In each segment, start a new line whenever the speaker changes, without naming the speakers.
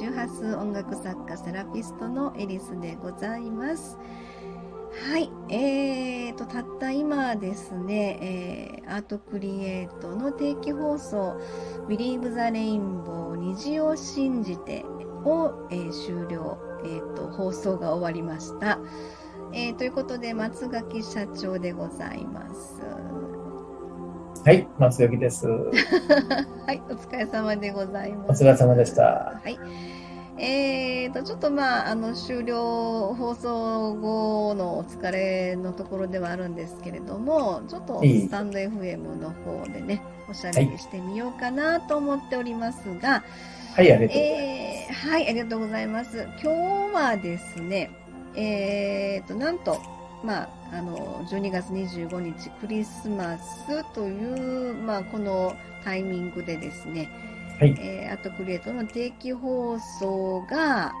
周波数音楽作家セラピストのエリスでございますはいえーとたった今ですね、えーアートクリエイトの定期放送「Believe the Rainbow 虹を信じて」を、えー終了、えーと放送が終わりました、えーということで松垣社長でございます
はい、松崎です。
はい、お疲れ様でござい
お
ます。
疲れ様でした。
はい。えーと、ちょっとまあ、あの、終了、放送後のお疲れのところではあるんですけれども、ちょっと
いい
スタンド FM の方でね、おしゃべりしてみようかなと思っておりますが、
はい、ありがとうござい
えーはい、ありがとうございます。今日はですね、えーと、なんと、まあ、あの、12月25日、クリスマスという、まあ、このタイミングでですね、
はい
えーアートクリエイトの定期放送が、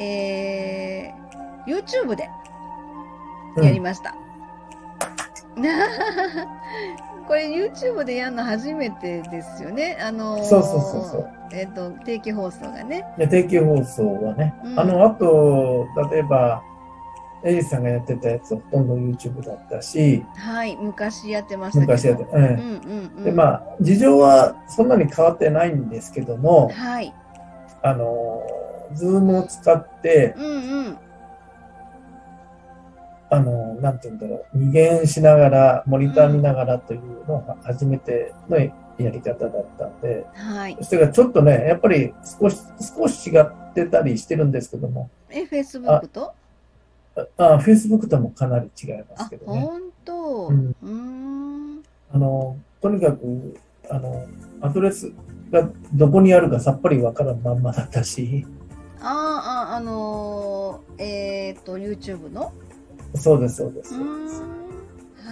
えー YouTube で
ます。
やりました。 これ YouTube でやるの初めてですよね。あのー
そうそうそうそう。
えっ、と、定期放送がね。
で、定期放送はね、
うん
あの、あと、例えば、エリスさんがやってたやつはほとんど YouTube だったし、
はい、昔やってましたけど。
昔やって、う。
うんんうんうん。
で、まあ、事情はそんなに変わってないんですけども、
はい。
あの、ズームを使って、
うんうん。
あの、なんて言うんだろう、二元しながら、モニター見ながらというのが初めてのやり方だったんで、
はい。
それがちょっとね、やっぱり少し、少し違ってたりしてるんですけども、
え、Facebook と
あ、Facebook ともかなり違います
あ
け、どね。
ほんと。
う
うんーん。
あの、とにかく、あの、アドレスがどこにあるかさっぱりわからんまんまだったし、
あーあ、あのー、えっ、と、YouTube の
そうです、そうで
う
す。
ーん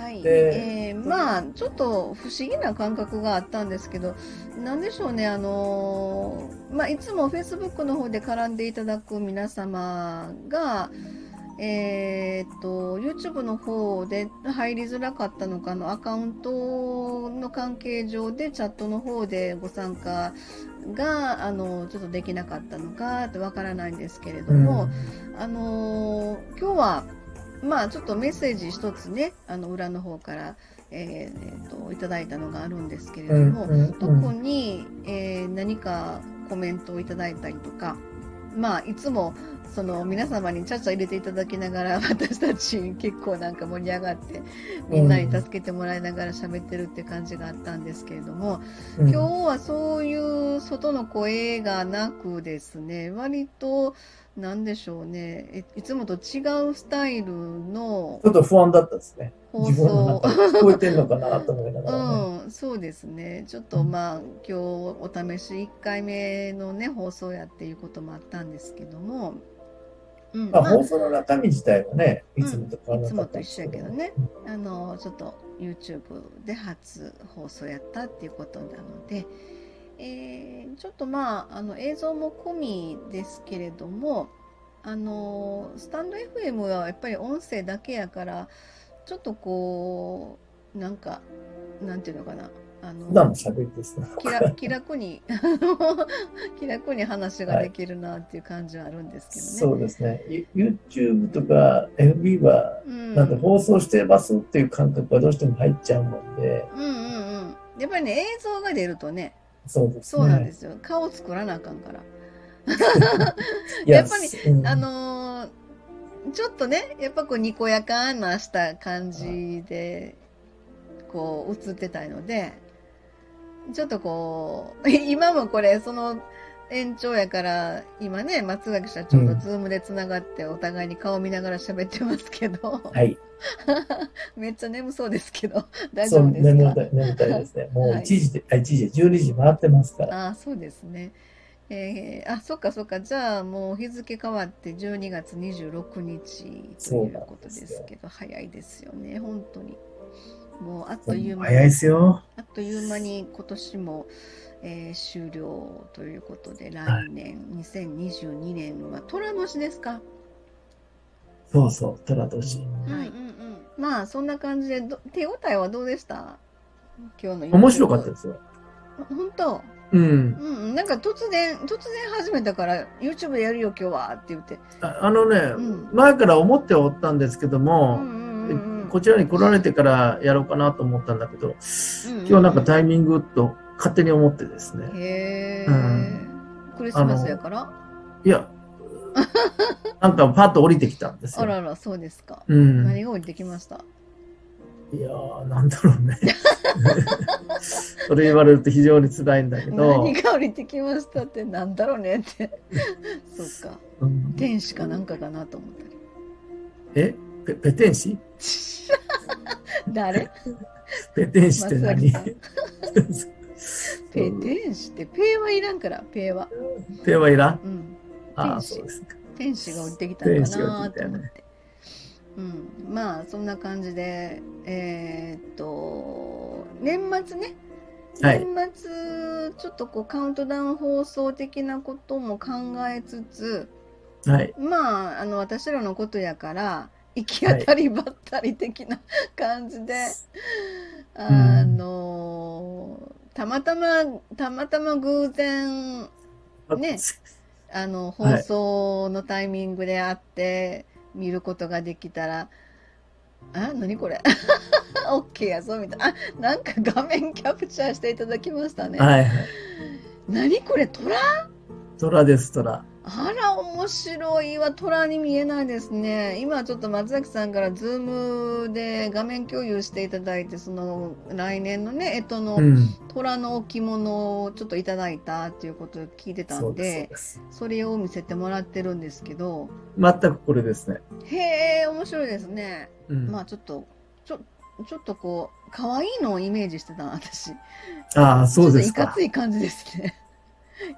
はい、
で
えーまあちょっと不思議な感覚があったんですけどなんでしょうねあのーまあいつもフェイスブックの方で絡んでいただく皆様がえー、と YouTube の方で入りづらかったのかあのアカウントの関係上でチャットの方でご参加があのちょっとできなかったのかってわからないんですけれども、あのー今日は、まあ、ちょっとメッセージ一つね、あの裏の方から、えーえーといただいたのがあるんですけれど
うん、
も、
うん
特
うん
に、えー何かコメントをいただいたりとか、まあ、いつもその皆様にちゃちゃ入れていただきながら、 私たち結構なんか盛り上がって、みんなに助けてもらいながら喋ってるって感じがあったんですけれども、
うん
今日はそういう外の声がなくですね割と何でしょうねえいつもと違うスタイルの
ちょっと不安だったですね。
放
自分の
送
中で聞こえてんのかなと思いながらね。
うん、そうですねちょっとまあ今日お試し1回目のね放送やっていうこともあったんですけども、うん
まあ、
まあ
放送の中身自体はね、いつもと変わ
い
ら
つ
な
も
かっ
と
たん
一
です
緒やけどね、あのちょっと YouTube で初放送やったっていうことなので、えーちょっとまああの映像も込みですけれどもあのスタンド FM はやっぱり音声だけやからちょっとこうなんかなんていうのかなあの
普段も喋りですね。
気楽気楽に あの気楽に話ができるなっていう感じはあるんですけどね。
そうですね。You- YouTube とか FB は、
うん
なんか放送してますっていう感覚がどうしても入っちゃうもんで、
うんうんうんやっぱりね映像が出るとね
そうですね。
そうなんですよ、顔作らなあかんから、
いや
やっぱ
り、うん
あのーちょっとねやっぱこうにこやかなした感じでこう映ってたいのでちょっとこう 今もこれその延長やから今ね松垣社長とズームでつながってお互いに顔見ながら喋ってますけど、
はい。
めっちゃ眠そうですけど大丈
そう、
夫ですか
眠たい、眠たいで すね。もう
はい
1時で、あ、1時で12時回ってますから。
ああそうですね。えー、あそっかそっかじゃあもう日付変わって12月26日と
そう
いう
なん
こと
で
です
よ
すけど早いですよね本当にもうあっという間
早いですよ。
あっという間に今年も、えー終了ということで来年、2022年は虎年ですか
そうそう、ただ年。
はい
うんうんうん、まあそんな感じでど手応えはどうでした今日の
面白かったですよ。
本当
うん。
うん、なんか突然突然始めたから YouTube でやるよ今日はって言って、
ああのね、
うん
前から思っておったんですけど
うん
も、
うんうんうん、
こちらに来られてからやろうかなと思ったんだけど、今日はなんかタイミングと勝手に思ってですね。
へえ、
うん
クリスマスやから
いや、なんかパッと降りてきたんです
あら
よ。
あらそうですか、
うん。
何が降りてきました
いやー、なんだろうね。それ言われると非常に辛いんだけど
何、が降りてきましたってなんだろうねって そっか
うん
天使かなんかかなと思った けど
えペペテン師
誰
ペテン師って何
松崎 ペ天使ってペはいらんからペは、
ペはいらん
うん、
あ
天
あ、
使
そうですか。
天使が降りてきたのかなと
天使が降りてきたよ
思っ
ね
て、うん、まあそんな感じでえーっと年末ね
はい
年末ちょっとこうカウントダウン放送的なことも考えつつ
はい。
まああの私らのことやから行き当たりばったり的な 感じで、あのたまたまたまたま偶然ねあの
は
放
い
送のタイミングであって見ることができたら、あ何これ OK やぞみたいなあなんか画面キャプチャーしていただきましたね、
はいはい。
何これ虎
虎です、虎。
あら面白いわ虎に見えないですね今ちょっと松崎さんからズームで画面共有していただいてその来年のね干支
う
の
ん。
虎の置物をちょっといただいたっていうことを聞いてた
そ
ん
うですそう
で
です。
それを見せてもらってるんですけど
全くこれですね。
へえ面白いですね、
うん
まあちょっとちょちょっとこう可愛いのをイメージしてたな私
ああ、そうです
ちょっ
か
と。いかつい感じですね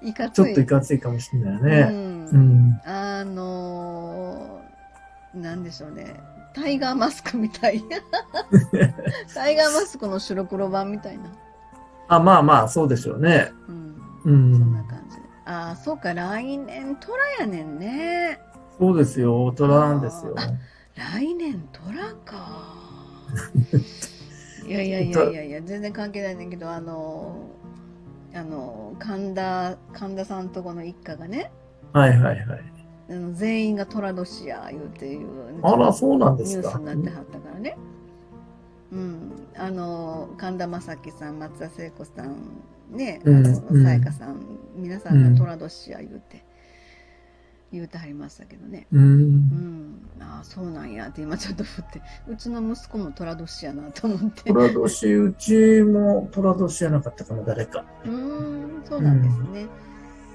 いかつ
ち
い
ょっといかついかもしれないうね。
ん
うん。
あのー、なんでしょうね。タイガーマスクみた い。タイガーマスクの白黒版みたいな。
あ、まあまあ、そうでしょうね。
うん。
う。
そんなん感じで。ああ、そうか、来年トラやねんね。
そうですよ。虎なんですよ。
来年トラ か。いやいやいやいやいや、全然関係ないねんだけど、あのー、あのー神田神田さんとこの一家がね
はいはいはい。
あの全員が寅年や言うていう
あら、そうなんで
ニュ
す
ース
か
に。なってはったからね。うん、あの神田正輝さん、松田聖子さん、ね、あ
うんう
の
ん
さやかさん、皆さんが寅年や言うて、言うてはりましたけどね。
う。
うんん、ああ、そうなんやって今ちょっと振って、うちの息子も寅年やなと思って。う
虎年、うちも虎年じゃなかったかな、誰か。
ーん、そうなんですね。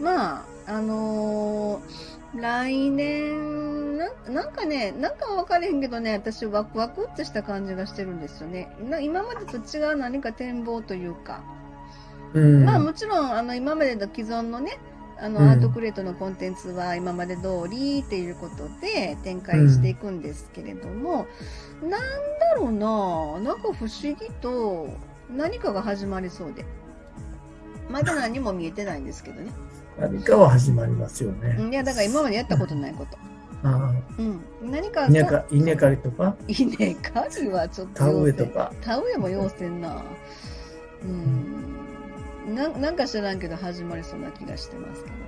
まあ、あのー来年な、なんかね、なんか分かれへんけどね、私、ワクワクってした感じがしてるんですよね。な今までと違う何か展望というか、
うん。
まあもちろん、あの、今までの既存のね、あの、
うん
アートクレートのコンテンツは今まで通りっていうことで展開していくんですけれども、なんだろうな、なんか不思議と何かが始まりそうで。まだ何も見えてないんですけどね。
何かは始まりますよね。
うんいやだから今までやったことないこと。
あ
うん、何か
あ、稲か、稲刈りとか、
稲刈りはちょっと
田植え
妖
と
精。
か。
田植えも妖精な。うん。ななんか知らんけど始まりそうな気がしてますけどね。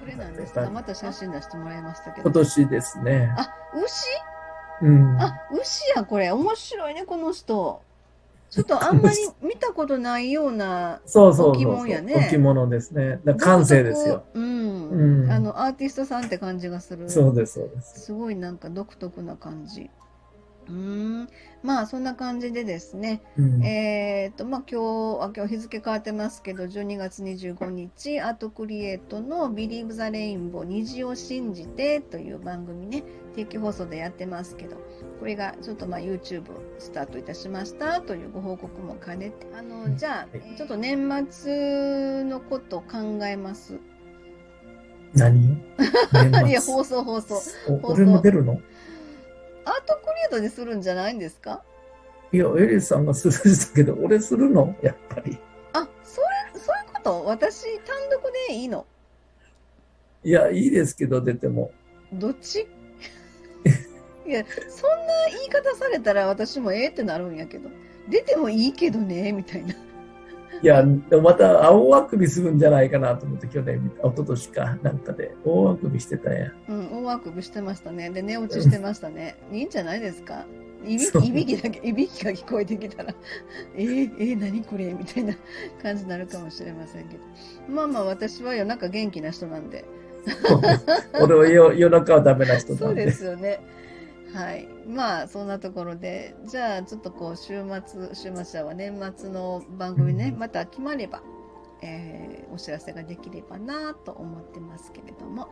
これなんですかまた写真出してもらいましたけ
今
ど。
年ですね。
あ、牛
うん。
あ、牛やこれ。面白いね、この人。ちょっとあんまり見たことないよう な
そうそうそう
置
そう。
物やね
置物ですね。だから感性ですよ。。
うん。
うん
あの、アーティストさんって感じがする。
そうです、そうです。
すごいなんか独特な感じ。うーん。まあそんな感じでですね。
うん。
えっ、とまあ今日あ今日日付変わってますけど、12月25日アートクリエイトのビリーブザレインボー虹を信じてという番組ね定期放送でやってますけど、これがちょっとまあ YouTube スタートいたしましたというご報告も兼ねて、あ
う
の
ん
じゃ
は
あちょっと年末のこと考えます。
何 を
いや
年
放送放送。
末お
放送
俺も出るの
アートクリエイトでするんじゃないんですか？
いや、エリさんがするんだけど、俺するのやっぱり。
あ、それ、そういうこと私、単独でいいの
いや、いいですけど、出ても。
どっち いや、そんな言い方されたら私もええってなるんやけど。出てもいいけどね、みたいな。
いや、でもまた青あくびするんじゃないかなと思って、去年見た、一昨年かなんかで、大あくびしてたんや。
うん、大あくびしてましたね。で、寝落ちしてましたね。いいんじゃないですかいび
そう
きいびきだけ、いびきが聞こえてきたら、 えー、えー、何これみたいな感じになるかもしれませんけど。まあまあ、私は夜中元気な人なんで。
俺は夜夜中はダメな人
そ
な
うん
で。
ですよね。はい。まあ、そんなところで、じゃあ、ちょっとこう、週末、週末者は年末の番組ね、
うん
また決まれば、えーお知らせができればなと思ってますけれども。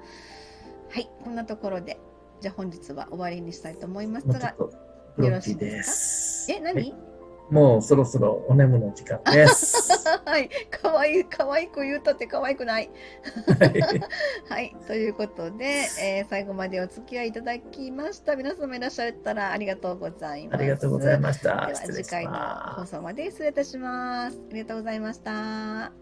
はい。こんなところで、じゃあ本日は終わりにしたいと思います
もうちょ
が
っ、とフロッキーです。
え、何、
もうそろそろおねむの時間です。
はい。かわいい、かわいく言うたってかわいくない。
はい
はい、ということで、えー最後までお付き合いいただきました。皆様いらっしゃったらありがとうございます。
ありがとうござい
ま
ました。
では
失礼
次
し
回の
ます
放。送まで失礼いたします。ありがとうございました。